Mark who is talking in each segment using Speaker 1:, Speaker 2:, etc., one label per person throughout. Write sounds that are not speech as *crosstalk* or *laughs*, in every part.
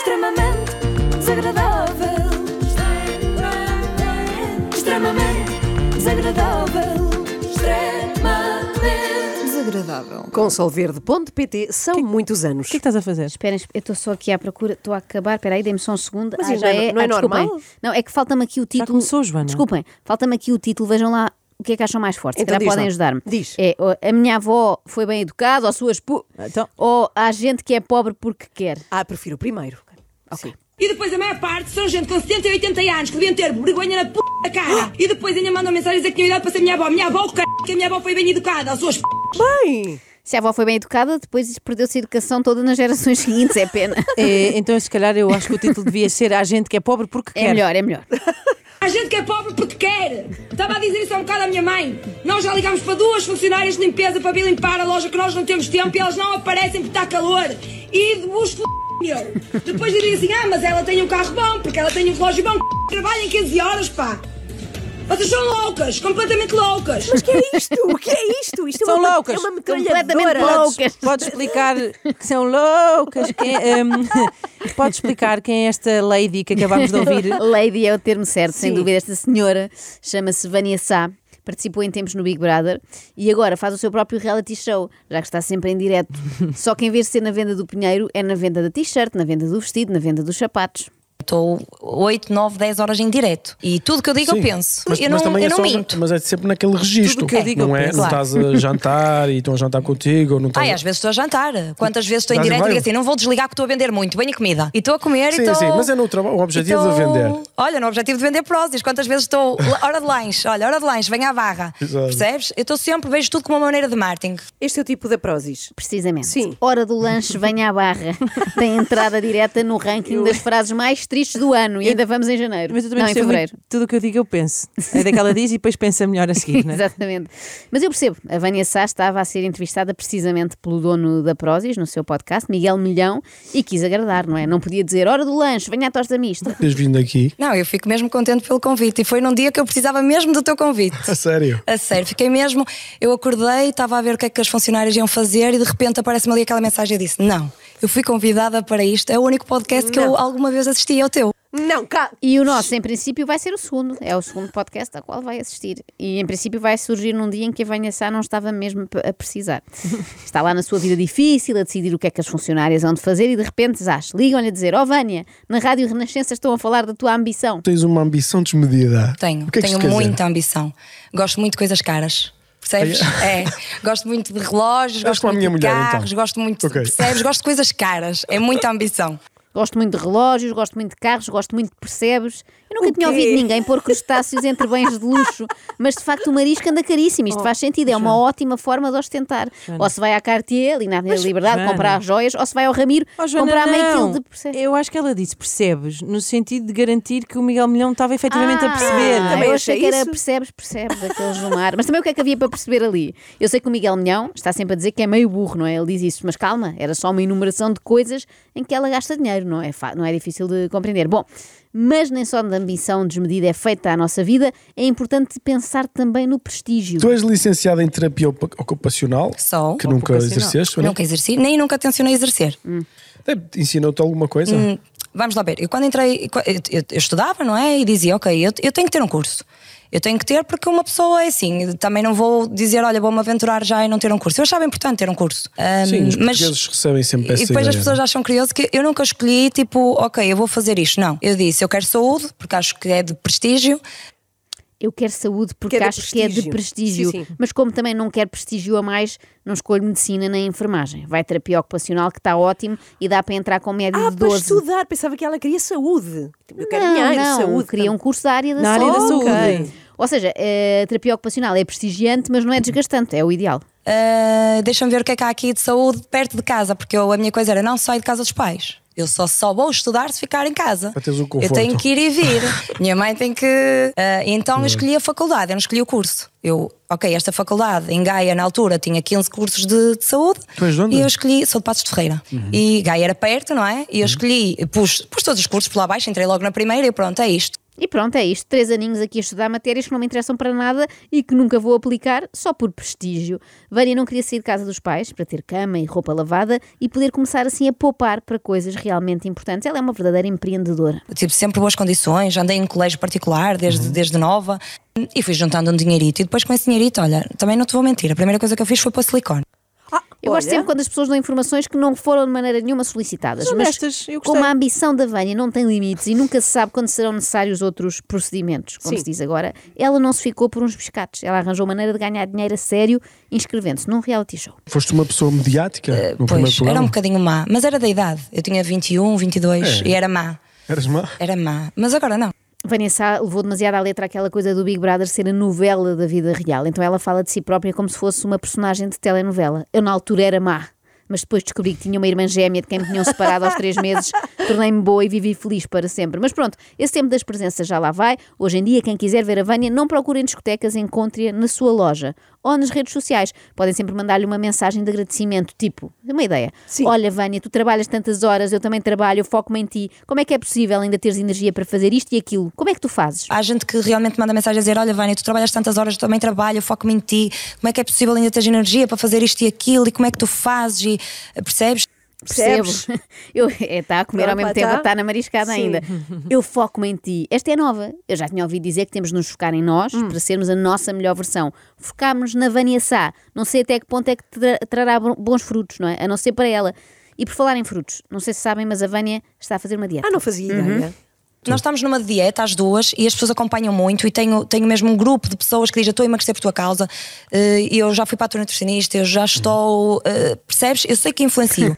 Speaker 1: extremamente desagradável. Extremamente desagradável. Extremamente desagradável.
Speaker 2: Com solverde.pt são muitos anos.
Speaker 3: O que é que estás a fazer?
Speaker 4: Esperem, eu estou só aqui à procura, estou a acabar, espera aí, dê-me só um segundo.
Speaker 2: Mas
Speaker 4: ah,
Speaker 2: isto
Speaker 4: já
Speaker 2: não é-
Speaker 4: é,
Speaker 2: não é
Speaker 4: ah, desculpem.
Speaker 2: normal?
Speaker 4: Não, é que falta-me aqui o título.
Speaker 3: começou, Joana?
Speaker 4: Desculpem, falta-me aqui o título, vejam lá o que é que acham mais forte. Se
Speaker 2: Então
Speaker 4: calhar
Speaker 2: diz lá.
Speaker 4: podem ajudar-me.
Speaker 2: Diz.
Speaker 4: É, ó, a minha avó foi bem educada, ou a sua esposa.
Speaker 3: Então.
Speaker 4: Ou há gente que é pobre porque quer.
Speaker 2: Ah, prefiro o primeiro. Ok. Ah,
Speaker 5: E depois a maior parte são gente com 70 e 80 anos que deviam ter vergonha na p da cara. E depois ainda mandam mensagens a que tinham idade para ser minha avó. Minha avó, o c... que a minha avó foi bem educada. As suas p...
Speaker 2: Bem!
Speaker 4: Se a avó foi bem educada, depois perdeu-se a educação toda nas gerações seguintes,
Speaker 3: *laughs*
Speaker 4: é pena.
Speaker 3: É, então, se calhar, eu acho que o título devia ser A gente que é pobre porque
Speaker 4: É
Speaker 3: quer.
Speaker 4: melhor, é melhor.
Speaker 5: Há gente que é pobre porque quer. Estava a dizer isso há um bocado à minha mãe. Nós já ligámos para duas funcionárias de limpeza para vir limpar a loja que nós não temos tempo e elas não aparecem porque está calor. E de busto, meu. Depois dizem assim, ah, mas ela tem um carro bom, porque ela tem um relógio bom. *laughs* Trabalha em 15 horas, pá. Vocês são loucas, completamente loucas.
Speaker 2: Mas que é isto? O que é isto? Isto é
Speaker 3: São
Speaker 2: uma,
Speaker 3: loucas.
Speaker 2: É uma
Speaker 4: Completamente
Speaker 2: metralhadora.
Speaker 4: loucas.
Speaker 3: Podes, podes explicar que são loucas. Quem, hum, *laughs* podes explicar quem é esta lady que acabámos de *laughs* ouvir?
Speaker 4: Lady é o termo certo, sem
Speaker 2: Sim.
Speaker 4: dúvida. Esta senhora chama-se Vânia Sá, participou em tempos no Big Brother e agora faz o seu próprio reality show, já que está sempre
Speaker 3: *laughs*
Speaker 4: em direto. Só que em vez de ser na venda do Pinheiro, é na venda da t-shirt, na venda do vestido, na venda dos sapatos.
Speaker 6: Estou 8, 9, 10 horas em direto. E tudo que eu digo
Speaker 7: Sim,
Speaker 6: eu penso.
Speaker 7: Mas,
Speaker 6: eu
Speaker 7: mas
Speaker 6: não,
Speaker 7: também
Speaker 6: eu
Speaker 7: é
Speaker 6: não
Speaker 7: só-
Speaker 6: minto.
Speaker 7: Mas é sempre naquele registro.
Speaker 3: que eu digo,
Speaker 7: não
Speaker 3: eu
Speaker 7: é?
Speaker 3: penso.
Speaker 7: Não estás a jantar e estão a jantar contigo ou não estás.
Speaker 6: Ai, às vezes estou a jantar. Quantas vezes estou em
Speaker 7: Dás
Speaker 6: direto e digo
Speaker 7: vibe.
Speaker 6: assim: não vou desligar que estou a vender muito, venho comida. E estou a comer
Speaker 7: Sim,
Speaker 6: e estou.
Speaker 7: sim, mas é no trabalho- o objetivo
Speaker 6: e
Speaker 7: de
Speaker 6: estou-
Speaker 7: vender.
Speaker 6: Olha, no objetivo de vender prósis. Quantas vezes
Speaker 7: *laughs*
Speaker 6: estou. Hora de lanche, olha, hora de lanche, venha à barra.
Speaker 7: Exato.
Speaker 6: Percebes? Eu estou sempre, vejo tudo como uma maneira de marketing.
Speaker 2: Este é o tipo da prosis.
Speaker 4: Precisamente.
Speaker 2: Sim.
Speaker 4: Hora do lanche, venha
Speaker 3: *laughs*
Speaker 4: à barra. Tem entrada direta no ranking das frases mais tristes do ano e ainda vamos em janeiro.
Speaker 3: Mas eu também
Speaker 4: não, em
Speaker 3: percebo
Speaker 4: fevereiro.
Speaker 3: muito tudo o que eu digo eu penso. É daquela diz e depois pensa melhor *laughs* a seguir, não é?
Speaker 4: Exatamente. Mas eu percebo, a Vânia Sá estava a ser entrevistada precisamente pelo dono da Prozis no seu podcast, Miguel Milhão, e quis agradar, não é? Não podia dizer hora do lanche, venha à tosta mista.
Speaker 7: Tens vindo aqui.
Speaker 6: Não, eu fico mesmo contente pelo convite. E foi num dia que eu precisava mesmo do teu convite.
Speaker 7: A sério.
Speaker 6: A sério, fiquei mesmo. Eu acordei, estava a ver o que é que as funcionárias iam fazer e de repente aparece-me ali aquela mensagem e eu disse: Não, eu fui convidada para isto, é o único podcast que eu alguma vez assisti, é o teu.
Speaker 2: Não, cá.
Speaker 4: E o nosso, em princípio, vai ser o segundo. É o segundo podcast ao qual vai assistir. E, em princípio, vai surgir num dia em que a Vânia Sá não estava mesmo p- a precisar. Está lá na sua vida difícil, a decidir o que é que as funcionárias vão de fazer e, de repente, zás, ligam-lhe a dizer: Ó Vânia, na Rádio Renascença estão a falar da tua ambição.
Speaker 7: Tens uma ambição desmedida.
Speaker 6: Tenho,
Speaker 7: O que é que
Speaker 6: tenho
Speaker 7: isto quer dizer?
Speaker 6: muita ambição. Gosto muito de coisas caras. Percebes? É.
Speaker 7: *laughs*
Speaker 6: Gosto muito de relógios,
Speaker 7: És
Speaker 6: gosto
Speaker 7: como a
Speaker 6: muito
Speaker 7: minha
Speaker 6: de
Speaker 7: mulher, então.
Speaker 6: carros, gosto muito.
Speaker 7: Ok.
Speaker 6: Percebes? Gosto de coisas caras. É muita ambição.
Speaker 4: Gosto muito de relógios, gosto muito de carros, gosto muito de percebes. Eu nunca
Speaker 2: O
Speaker 4: tinha
Speaker 2: quê?
Speaker 4: ouvido ninguém pôr crustáceos entre bens
Speaker 3: *laughs*
Speaker 4: de luxo, mas de facto o marisco anda caríssimo. Isto
Speaker 3: Oh,
Speaker 4: faz sentido, é uma ótima forma de ostentar. Ou se vai à Cartier, ali na Avenida Liberdade,
Speaker 3: Joana.
Speaker 4: comprar joias, ou se vai ao Ramiro,
Speaker 3: Ó, Oh, Joana,
Speaker 4: comprar meio
Speaker 3: não.
Speaker 4: quilo de percebes.
Speaker 3: Eu acho que ela disse percebes, no sentido de garantir que o Miguel Milhão estava efetivamente a perceber. é?
Speaker 4: Ah,
Speaker 2: Também
Speaker 4: eu
Speaker 2: achei
Speaker 4: achei que era
Speaker 2: isso.
Speaker 4: percebes, percebes, aqueles do mar. Mas também o que é que havia para perceber ali? Eu sei que o Miguel Milhão está sempre a dizer que é meio burro, não é? Ele diz isso, mas calma, era só uma enumeração de coisas em que ela gasta dinheiro, não é, fa- não é difícil de compreender. Bom, mas nem só da ambição desmedida é feita a nossa vida, é importante pensar também no prestígio.
Speaker 3: é
Speaker 7: Tu és licenciada em terapia opa- ocupacional.
Speaker 6: Sou.
Speaker 7: Que nunca
Speaker 3: Ocupacional.
Speaker 7: exerceste, ou não? é?
Speaker 6: Nunca exerci, nem nunca tencionei exercer.
Speaker 7: Deve- Ensinou-te alguma coisa?
Speaker 6: Hum, Vamos lá ver, eu quando entrei, eu, eu- eu estudava, não é? E dizia, ok, eu, eu tenho que ter um curso. Eu tenho que ter porque uma pessoa é assim, também não vou dizer, olha, vou-me aventurar já e não ter um curso. Eu achava importante ter um curso. Ahm,
Speaker 7: Sim, os portugueses recebem sempre essa
Speaker 6: E depois
Speaker 7: ideia,
Speaker 6: as pessoas
Speaker 7: não é?
Speaker 6: acham curioso que eu nunca escolhi, tipo, ok, eu vou fazer isto. Não, eu disse, eu quero saúde, porque acho que é de prestígio.
Speaker 4: Eu quero saúde porque
Speaker 2: Que é de
Speaker 4: acho que é de
Speaker 2: prestígio.
Speaker 4: prestígio.
Speaker 2: Sim, sim.
Speaker 4: Mas como também não quero prestígio a mais, não escolho medicina nem enfermagem. Vai terapia ocupacional que está ótimo e dá para entrar com média
Speaker 2: Ah,
Speaker 4: de
Speaker 2: para
Speaker 4: 12.
Speaker 2: estudar. Pensava que ela queria saúde. Tipo, eu quero
Speaker 4: não,
Speaker 2: dinheiro,
Speaker 4: não,
Speaker 2: saúde.
Speaker 4: queria um curso da área da
Speaker 3: Na
Speaker 4: saúde.
Speaker 3: área da saúde.
Speaker 2: Ok.
Speaker 4: Ou seja, a terapia ocupacional é prestigiante, mas não é desgastante, é o ideal.
Speaker 6: Ah, Deixa-me ver o que é que há aqui de saúde perto de casa, porque eu, a minha coisa era não saio de casa dos pais. Eu só, só vou estudar se ficar em casa.
Speaker 7: Para teres o
Speaker 6: eu
Speaker 7: conforto.
Speaker 6: tenho que ir e
Speaker 7: *laughs*
Speaker 6: vir. minha mãe tem que. Ah, então eu escolhi a faculdade, eu não escolhi o curso. Eu, ok, esta faculdade em Gaia, na altura, tinha 15 cursos de, de saúde.
Speaker 7: Tu és de onde? Uhum.
Speaker 6: E eu escolhi, sou de Passos de Ferreira. E Gaia era perto, não é? E eu escolhi, pus, pus todos os cursos por lá abaixo, entrei logo na primeira e pronto, é isto.
Speaker 4: E pronto, é isto. Três aninhos aqui a estudar matérias que não me interessam para nada e que nunca vou aplicar, só por prestígio. Vânia não queria sair de casa dos pais para ter cama e roupa lavada e poder começar assim a poupar para coisas realmente importantes. Ela é uma verdadeira empreendedora.
Speaker 6: Tive Tipo, sempre boas condições, andei em colégio particular desde,
Speaker 7: Uhum.
Speaker 6: desde nova e fui juntando um dinheirito. E depois com esse dinheirito, olha, também não te vou mentir, a primeira coisa que eu fiz foi pôr silicone.
Speaker 2: Ah,
Speaker 4: Eu gosto
Speaker 2: olha,
Speaker 4: sempre quando as pessoas dão informações que não foram de maneira nenhuma solicitadas.
Speaker 3: São
Speaker 4: mas
Speaker 3: honestas, eu gostei.
Speaker 4: como a ambição da Vânia não tem limites e nunca se sabe quando serão necessários outros procedimentos, como
Speaker 2: Sim.
Speaker 4: se diz agora, ela não se ficou por uns pescados. Ela arranjou maneira de ganhar dinheiro a sério inscrevendo-se num reality show.
Speaker 7: Foste uma pessoa mediática no primeiro
Speaker 6: Pois,
Speaker 7: programa?
Speaker 6: era um bocadinho má, mas era da idade. Eu tinha 21, 22
Speaker 7: É.
Speaker 6: e era má.
Speaker 7: Eras má?
Speaker 6: Era má. Mas agora não.
Speaker 4: Vânia Sá levou demasiado à letra aquela coisa do Big Brother ser a novela da vida real. Então ela fala de si própria como se fosse uma personagem de telenovela. Eu na altura era má, mas depois descobri que tinha uma irmã gêmea de quem me tinham separado aos três meses. Tornei-me boa e vivi feliz para sempre. Mas pronto, esse tempo das presenças já lá vai. Hoje em dia, quem quiser ver a Vânia, não procure em discotecas, encontre-a na sua loja ou nas redes sociais. Podem sempre mandar-lhe uma mensagem de agradecimento, tipo, uma ideia.
Speaker 2: Sim.
Speaker 4: Olha, Vânia, tu trabalhas tantas horas, eu também trabalho, eu foco-me em ti. Como é que é possível ainda teres energia para fazer isto e aquilo? Como é que tu fazes?
Speaker 6: Há gente que realmente manda mensagem a dizer: Olha, Vânia, tu trabalhas tantas horas, eu também trabalho, eu foco-me em ti. Como é que é possível ainda teres energia para fazer isto e aquilo? E como é que tu fazes? E eh, percebes?
Speaker 4: Percebo.
Speaker 2: Percebes?
Speaker 4: *laughs* Eu, é, está a comer ao
Speaker 2: Pronto,
Speaker 4: mesmo
Speaker 2: lá
Speaker 4: tempo,
Speaker 2: está.
Speaker 4: está na mariscada
Speaker 2: Sim.
Speaker 4: ainda. Eu foco-me em ti. Esta é nova. Eu já tinha ouvido dizer que temos de nos focar em nós
Speaker 2: Hum.
Speaker 4: para sermos a nossa melhor versão. Focarmos na Vânia Sá. Não sei até que ponto é que tra- trará bo- bons frutos, não é? A não ser para ela. E por falar em frutos, não sei se sabem, mas a Vânia está a fazer uma dieta.
Speaker 2: Ah, não fazia ideia.
Speaker 6: Nós estamos numa dieta, as duas, e as pessoas acompanham muito. E tenho, tenho mesmo um grupo de pessoas que dizem: Estou a emagrecer por tua causa, eh, eu já fui para a tua nutricionista, eu já estou. eh, percebes? Eu sei que
Speaker 7: *laughs*
Speaker 6: influencio.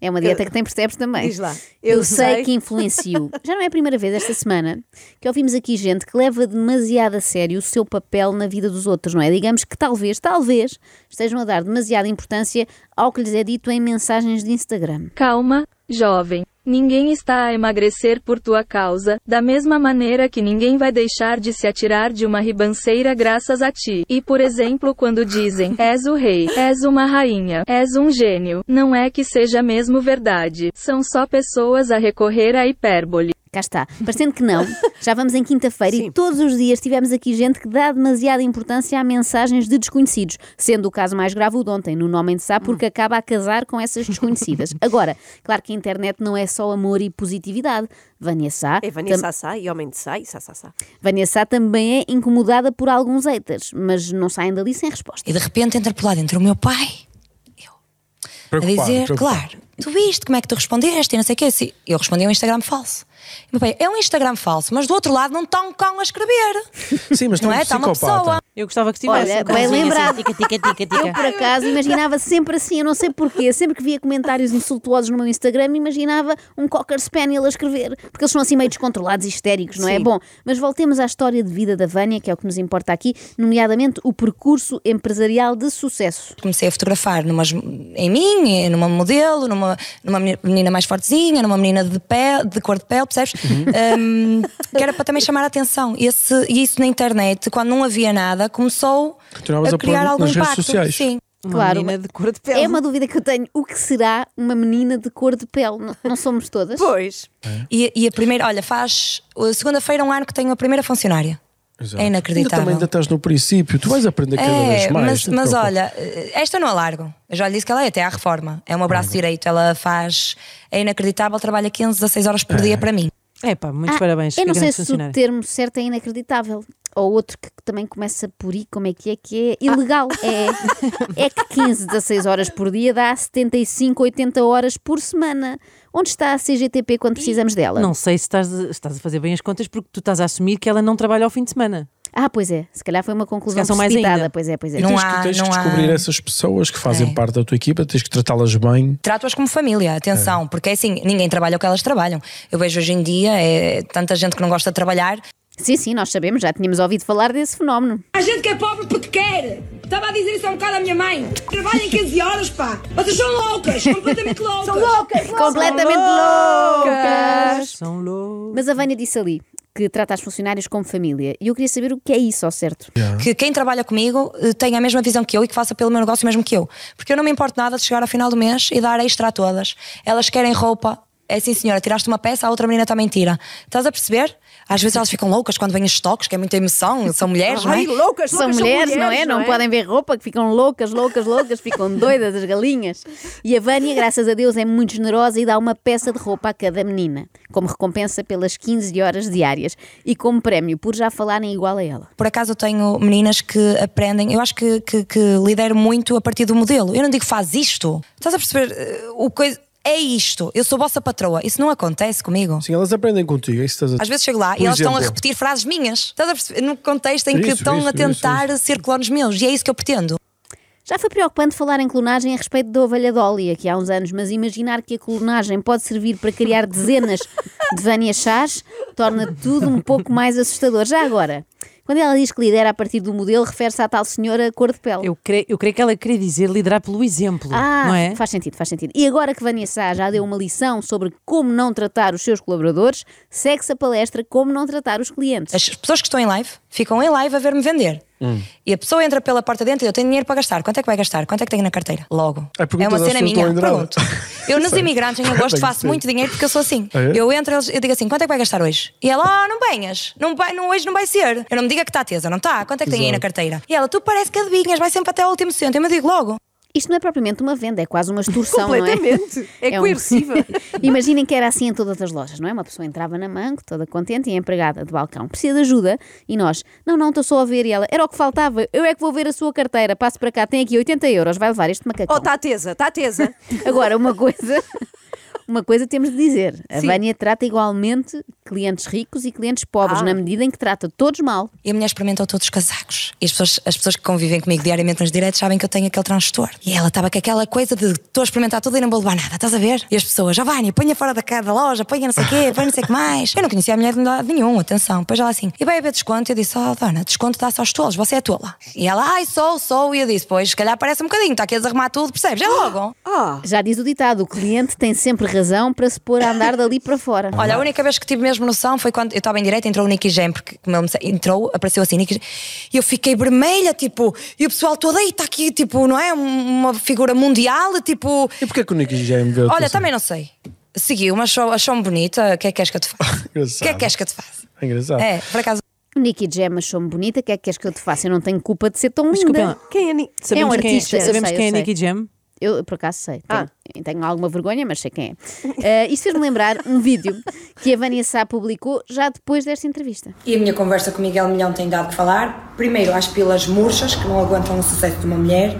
Speaker 4: É uma dieta que tem percebes também.
Speaker 2: Diz lá.
Speaker 4: Eu,
Speaker 2: Eu
Speaker 4: sei,
Speaker 2: sei.
Speaker 4: que
Speaker 2: *laughs*
Speaker 4: influencio. Já não é a primeira vez esta semana que ouvimos aqui gente que leva demasiado a sério o seu papel na vida dos outros, não é? Digamos que talvez, talvez, estejam a dar demasiada importância ao que lhes é dito em mensagens de Instagram.
Speaker 8: Calma, jovem. Ninguém está a emagrecer por tua causa, da mesma maneira que ninguém vai deixar de se atirar de uma ribanceira graças a ti. E por exemplo, quando dizem: és o rei, és uma rainha, és um gênio, não é que seja mesmo verdade. São só pessoas a recorrer à hipérbole.
Speaker 4: Cá está. Parecendo que não, já vamos em quinta-feira e
Speaker 2: Sim.
Speaker 4: todos os dias tivemos aqui gente que dá demasiada importância a mensagens de desconhecidos, sendo o caso mais grave o de ontem, no Nome de Sá,
Speaker 2: Hum.
Speaker 4: porque acaba a casar com essas desconhecidas. Agora, claro que a internet não é só amor e positividade. Vânia Sá,
Speaker 2: É Vânia
Speaker 4: tam-
Speaker 2: Sá Sá e Homem de Sá e Sá Sá Sá.
Speaker 4: Vânia Sá também é incomodada por alguns haters, mas não saem dali sem resposta.
Speaker 6: E de repente entra por lá dentro o meu pai a
Speaker 7: Preocupado,
Speaker 6: dizer:
Speaker 7: preocupado.
Speaker 6: Claro, tu viste como é que tu respondeste e não sei o quê. Assim, Eu respondi a um Instagram falso. E meu pai, é um Instagram falso, mas do outro lado não está um cão a escrever.
Speaker 7: Sim, mas tu
Speaker 6: não
Speaker 7: é um
Speaker 6: é? Está uma
Speaker 7: psicopata.
Speaker 6: pessoa.
Speaker 3: Eu gostava que tivesse.
Speaker 4: Olha,
Speaker 3: um
Speaker 4: bem
Speaker 3: cãozinho
Speaker 4: lembrado. É
Speaker 3: Assim,
Speaker 4: um
Speaker 3: tica, tica, tica, tica.
Speaker 4: Eu, por acaso, imaginava sempre assim, eu não sei porquê, sempre que via comentários insultuosos no meu Instagram, imaginava um Cocker Spaniel a escrever, porque eles são assim meio descontrolados e histéricos, não é?
Speaker 2: Sim.
Speaker 4: Bom, mas voltemos à história de vida da Vânia, que é o que nos importa aqui, nomeadamente o percurso empresarial de sucesso.
Speaker 6: Comecei a fotografar numas, em mim, em- numa modelo, numa, numa meni- menina mais fortezinha, numa menina de, pele, de cor de pele, percebes? Um, que era para também chamar a atenção. E esse- e isso na internet, quando não havia nada, começou
Speaker 7: Continuavas
Speaker 6: a
Speaker 7: a pôr
Speaker 6: criar
Speaker 7: nas
Speaker 6: algum
Speaker 7: redes
Speaker 6: impacto.
Speaker 7: sociais.
Speaker 6: Sim.
Speaker 3: Uma
Speaker 4: Claro,
Speaker 3: menina de cor de pele.
Speaker 4: É uma dúvida que eu tenho. O que será uma menina de cor de pele? Não, não somos todas?
Speaker 2: Pois.
Speaker 6: E, e a primeira, olha, faz uh, segunda-feira um ano que tenho a primeira funcionária.
Speaker 7: Exato.
Speaker 6: É inacreditável.
Speaker 7: Ainda também ainda estás no princípio, tu vais aprender cada
Speaker 6: É,
Speaker 7: vez mais.
Speaker 6: mas,
Speaker 7: não te
Speaker 6: mas
Speaker 7: preocupes.
Speaker 6: olha, eh, esta não alargo. Eu já lhe disse que ela é até à reforma. É um
Speaker 7: Uhum.
Speaker 6: abraço direito. Ela faz. É inacreditável, trabalha 15, 16 horas por dia para mim.
Speaker 3: É pá, muitos
Speaker 4: Ah,
Speaker 3: parabéns.
Speaker 4: Eu
Speaker 3: que
Speaker 4: não sei
Speaker 3: grande
Speaker 4: se o
Speaker 3: funcionária.
Speaker 4: termo certo é inacreditável. Ou outro que também começa por I, como é que é? Que é ilegal.
Speaker 3: Ah.
Speaker 4: É, é que 15, 16 horas por dia dá 75, 80 horas por semana. Onde está a CGTP quando precisamos dela?
Speaker 3: Não sei se estás, estás a fazer bem as contas porque tu estás a assumir que ela não trabalha ao fim de semana.
Speaker 4: Ah, pois é. Se calhar foi uma conclusão
Speaker 3: calhar são mais
Speaker 4: precipitada.
Speaker 3: ainda.
Speaker 4: Pois é, pois é.
Speaker 7: E
Speaker 6: Não
Speaker 7: tens
Speaker 6: há-
Speaker 7: que, tens
Speaker 6: não
Speaker 7: que
Speaker 6: há-
Speaker 7: descobrir essas pessoas que fazem
Speaker 6: É.
Speaker 7: parte da tua equipa, tens que tratá-las bem.
Speaker 6: Trato-as como família, atenção, porque é assim, ninguém trabalha o que elas trabalham. Eu vejo hoje em dia é, tanta gente que não gosta de trabalhar.
Speaker 3: é-
Speaker 4: Sim, sim, nós sabemos. Já tínhamos ouvido falar desse fenómeno.
Speaker 5: Há gente que é pobre porque quer. Estava a dizer isso há um bocado à minha mãe. Trabalhem 15 horas, pá. Vocês são *laughs* loucas, completamente loucas. São
Speaker 9: Ah,
Speaker 5: loucas.
Speaker 4: Completamente loucas!
Speaker 3: São loucos.
Speaker 4: Mas a Vânia disse ali que trata as funcionárias como família. E eu queria saber o que é isso ao certo.
Speaker 6: Que quem trabalha comigo eh, tenha a mesma visão que eu e que faça pelo meu negócio o mesmo que eu. Porque eu não me importo nada de chegar ao final do mês e dar extra a todas. Elas querem roupa. É sim, senhora, tiraste uma peça, a outra menina também tira. Estás a perceber? Às vezes elas ficam loucas quando vêm os toques, que é muita emoção, são mulheres, não é?
Speaker 2: Ai, loucas,
Speaker 4: São
Speaker 2: loucas,
Speaker 4: mulheres, não é? Não, podem ver roupa, que ficam loucas, loucas, loucas, *laughs* ficam doidas as galinhas. E a Vânia, graças a Deus, é muito generosa e dá uma peça de roupa a cada menina, como recompensa pelas 15 horas diárias e como prémio por já falarem igual a ela.
Speaker 6: Por acaso eu tenho meninas que aprendem, eu acho que, que, que lidero muito a partir do modelo. Eu não digo faz isto. Estás a perceber? eh, O coisa. É isto, eu sou vossa patroa. Isso não acontece comigo.
Speaker 7: Sim, elas aprendem contigo. é isso que estás a-
Speaker 6: Às vezes chego lá
Speaker 7: Por
Speaker 6: e elas estão a
Speaker 7: exemplo,
Speaker 6: repetir frases minhas. Estás a perceber? Num contexto em
Speaker 7: Isso,
Speaker 6: que estão
Speaker 7: isso,
Speaker 6: a
Speaker 7: isso,
Speaker 6: tentar ser clones meus. E é isso que eu pretendo.
Speaker 4: Já foi preocupante falar em clonagem a respeito da ovelha Dolly aqui há uns anos, mas imaginar que a clonagem pode servir para criar dezenas de Vânia Chás torna tudo um pouco mais assustador. Já agora, quando ela diz que lidera a partir do modelo, refere-se à tal senhora cor de pele.
Speaker 3: Eu creio, eu creio que ela queria dizer liderar pelo exemplo,
Speaker 4: Ah,
Speaker 3: não é?
Speaker 4: faz sentido, faz sentido. E agora que Vânia Sá já deu uma lição sobre como não tratar os seus colaboradores, segue-se a palestra Como Não Tratar os Clientes.
Speaker 6: As pessoas que estão em live ficam em live a ver-me vender.
Speaker 7: Hum.
Speaker 6: E a pessoa entra pela porta dentro e eu tenho dinheiro para gastar. Quanto é que vai gastar? Quanto é que tenho na carteira? Logo. É
Speaker 7: Ai, perguntas às pessoas que estão em
Speaker 6: Pergunto.
Speaker 7: drama.
Speaker 6: Eu nos
Speaker 7: *laughs* Sei.
Speaker 6: imigrantes em agosto
Speaker 7: Tenho
Speaker 6: faço
Speaker 7: certeza.
Speaker 6: muito dinheiro porque eu sou assim.
Speaker 7: Ah, é?
Speaker 6: Eu entro, eles- eu digo assim: quanto é que vai gastar hoje? E ela, ah, não venhas. Não, vai, não, hoje não vai ser. Eu não me diga que está tesa, não está? Quanto é que tem aí na
Speaker 7: Exato.
Speaker 6: carteira? E ela, tu parece que adivinhas, vai sempre até ao último cêntimo. Eu digo logo.
Speaker 4: Isto não é propriamente uma venda, é quase uma extorsão, não é? *laughs*
Speaker 2: Completamente. É,
Speaker 4: um-
Speaker 2: coerciva.
Speaker 4: Imaginem que era assim em todas as lojas, não é? Uma pessoa entrava na manco, toda contente, e a empregada de balcão precisa de ajuda, e nós, não, não, estou só a ver, e ela, era o que faltava, eu é que vou ver a sua carteira, passo para cá, tem aqui 80 euros, vai levar este macacão.
Speaker 2: Oh, está tesa, está tesa.
Speaker 4: Agora, uma coisa. Uma coisa temos de dizer, a
Speaker 2: Sim.
Speaker 4: Vânia trata igualmente clientes ricos e clientes pobres,
Speaker 2: Ah.
Speaker 4: na medida em que trata todos mal.
Speaker 6: E a mulher experimentou todos os casacos. E as pessoas, as pessoas que convivem comigo diariamente nos diretos sabem que eu tenho aquele transtorno. E ela estava com aquela coisa de estou a experimentar tudo e não vou levar nada, estás a ver? E as pessoas, Giovanni, ponha fora da, ca- da loja, ponha não sei o quê, ponha não sei o que mais. Eu não conhecia a mulher de lado nenhum, atenção. Depois ela assim, e vai haver desconto? Eu disse, oh, dona, desconto dá-se aos tolos, você é tola. E ela, ai, sou, sou. E eu disse, pois, se calhar parece um bocadinho, está aqui a desarrumar tudo, percebes? É logo.
Speaker 2: Ah,
Speaker 4: Já diz o ditado, o cliente tem sempre razão para se pôr a andar dali para fora.
Speaker 6: Olha, a única vez que tive mesmo noção foi quando eu estava em direto, entrou o Nicky Jam, porque como ele me sa- entrou, apareceu assim, Nicky Jam, e eu fiquei vermelha, tipo, e o pessoal todo aí está aqui, tipo, não é? Um- Uma figura mundial, tipo.
Speaker 7: E porquê que o Nicky Jam veio?
Speaker 6: Olha, também não sei. Seguiu, mas achou- achou-me bonita, o que é que queres que eu te faça? O
Speaker 7: Engraçado.
Speaker 6: que é que queres que eu te faça?
Speaker 7: É engraçado.
Speaker 6: É, por acaso.
Speaker 4: O Nicky Jam achou-me bonita, o que é que queres que eu te faça? Eu não tenho culpa de ser tão
Speaker 3: Desculpem
Speaker 4: linda.
Speaker 3: lá.
Speaker 2: quem é Ni-
Speaker 3: Sabemos quem,
Speaker 4: artista, eu
Speaker 3: sabemos
Speaker 4: sei,
Speaker 3: quem
Speaker 4: eu
Speaker 3: é
Speaker 4: sei.
Speaker 3: Nicky Jam?
Speaker 4: Eu, por acaso, sei. Tenho,
Speaker 2: Ah.
Speaker 4: tenho alguma vergonha, mas sei quem é. Eh, isto fez-me lembrar um vídeo que a Vânia Sá publicou já depois desta entrevista.
Speaker 9: E a minha conversa com o Miguel Milhão tem dado que falar. Primeiro, às pilas murchas, que não aguentam o sucesso de uma mulher.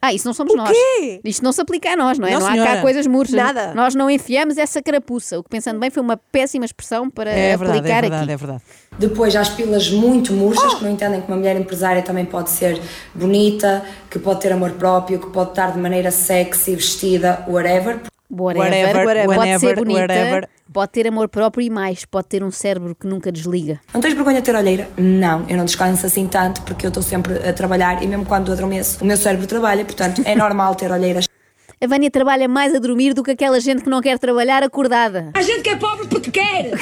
Speaker 4: Ah, isso não somos nós.
Speaker 2: quê?
Speaker 4: Isto não se aplica a nós, não é?
Speaker 3: Não,
Speaker 4: não há cá
Speaker 3: senhora.
Speaker 4: coisas murchas.
Speaker 2: Nada.
Speaker 4: Nós não enfiamos essa carapuça. O que, pensando bem, foi uma péssima expressão para
Speaker 3: É
Speaker 4: aplicar
Speaker 3: verdade, é verdade,
Speaker 4: aqui.
Speaker 3: é verdade.
Speaker 9: Depois, às pilas muito murchas, que não entendem que uma mulher empresária também pode ser bonita, que pode ter amor próprio, que pode estar de maneira sexy, vestida, whatever.
Speaker 4: Whatever,
Speaker 3: Whatever,
Speaker 4: pode ser
Speaker 3: whenever,
Speaker 4: bonita,
Speaker 3: wherever.
Speaker 4: pode ter amor próprio e mais, pode ter um cérebro que nunca desliga.
Speaker 9: Não tens vergonha de ter olheira? Não, eu não descanso assim tanto, porque eu estou sempre a trabalhar e mesmo quando adormeço, o meu cérebro trabalha, portanto, é normal ter olheiras.
Speaker 4: A Vânia trabalha mais a dormir do que aquela gente que não quer trabalhar acordada.
Speaker 5: A gente que é pobre porque quer.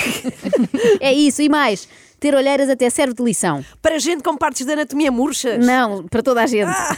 Speaker 4: É isso, e mais, ter olheiras até serve de lição.
Speaker 2: Para gente com partes de anatomia murchas.
Speaker 4: Não, para toda a gente.
Speaker 3: Ah.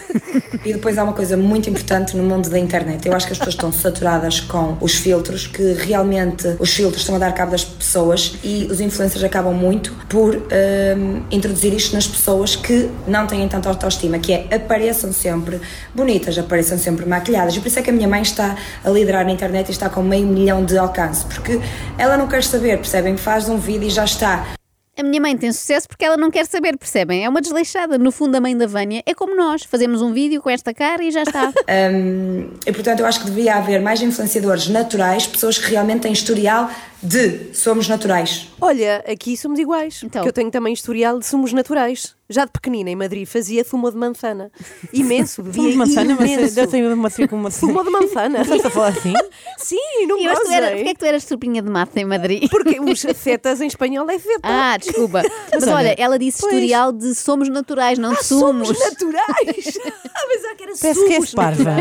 Speaker 9: E depois há uma coisa muito importante no mundo da internet. Eu acho que as pessoas estão saturadas com os filtros, que realmente os filtros estão a dar cabo das pessoas e os influencers acabam muito por hum, introduzir isto nas pessoas que não têm tanta autoestima, que é apareçam sempre bonitas, apareçam sempre maquilhadas. E por isso é que a minha mãe está a liderar na internet e está com meio milhão de alcance, porque ela não quer saber, percebem? Faz um vídeo e já está.
Speaker 4: A minha mãe tem sucesso porque ela não quer saber, percebem? É uma desleixada. No fundo, a mãe da Vânia é como nós. Fazemos um vídeo com esta cara e já está.
Speaker 9: Hum, e portanto, eu acho que devia haver mais influenciadores naturais, pessoas que realmente têm historial de somos naturais.
Speaker 2: Olha, aqui somos iguais.
Speaker 4: Então.
Speaker 2: Que eu tenho também historial de sumos naturais. Já de pequenina em Madrid fazia fumo de manzana. Imenso,
Speaker 3: Fumo
Speaker 2: bebia
Speaker 3: de manzana, mas
Speaker 2: imenso.
Speaker 3: eu tenho uma fico uma
Speaker 2: Fumo de manzana.
Speaker 3: *laughs* Estás a falar assim?
Speaker 2: Sim, não
Speaker 4: E mas tu era, porquê é
Speaker 2: gozem.
Speaker 4: que tu eras surpinha de mata em Madrid?
Speaker 2: Porque os fetas em espanhol é feta.
Speaker 4: *laughs* Ah, desculpa. Mas
Speaker 3: olha,
Speaker 4: olha, ela disse
Speaker 3: pois.
Speaker 4: historial de somos naturais, não de
Speaker 2: Somos
Speaker 4: sumos.
Speaker 2: naturais! *laughs* Ah, mas é que era
Speaker 3: Parece que és
Speaker 2: sumos
Speaker 3: parva.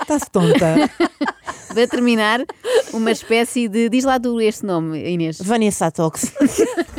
Speaker 3: Estás tonta.
Speaker 4: *laughs* Para terminar, uma espécie de. Diz lá tu este nome, Inês.
Speaker 3: Vânia Satox.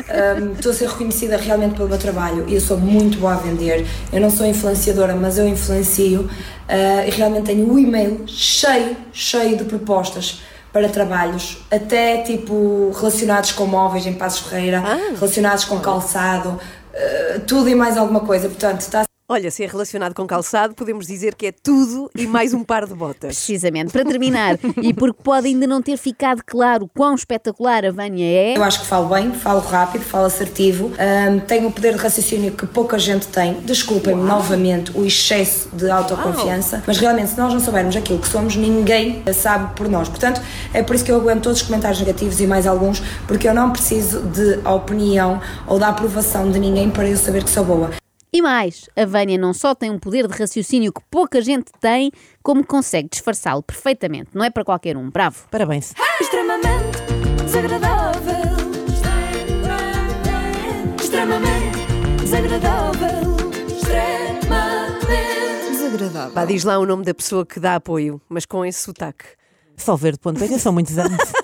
Speaker 9: Hum, Estou a ser reconhecida realmente pelo meu trabalho e eu sou muito boa a vender. Eu não sou influenciadora, mas eu eh, influencio ah, e realmente tenho o e-mail cheio, cheio de propostas. para trabalhos, até tipo relacionados com móveis em Passos Ferreira, relacionados com calçado, eh, tudo e mais alguma coisa. Portanto, está
Speaker 2: Olha, se é relacionado com calçado, podemos dizer que é tudo e mais um par de botas.
Speaker 4: Precisamente. Para terminar, e porque pode ainda não ter ficado claro quão espetacular a Vânia é,
Speaker 9: Eu acho que falo bem, falo rápido, falo assertivo, hum, tenho um poder de raciocínio que pouca gente tem. Desculpem-me novamente o excesso de autoconfiança, mas realmente, se nós não soubermos aquilo que somos, ninguém sabe por nós. Portanto, é por isso que eu aguento todos os comentários negativos e mais alguns, porque eu não preciso de opinião ou da aprovação de ninguém para eu saber que sou boa.
Speaker 4: E mais, a Vânia não só tem um poder de raciocínio que pouca gente tem, como consegue disfarçá-lo perfeitamente. Não é para qualquer um, bravo.
Speaker 3: Parabéns.
Speaker 1: Extremamente desagradável. Extremamente desagradável. Extremamente desagradável.
Speaker 2: Vá, diz lá o nome da pessoa que dá apoio, mas com esse sotaque.
Speaker 3: Solver de ponto. Ainda são muito anos.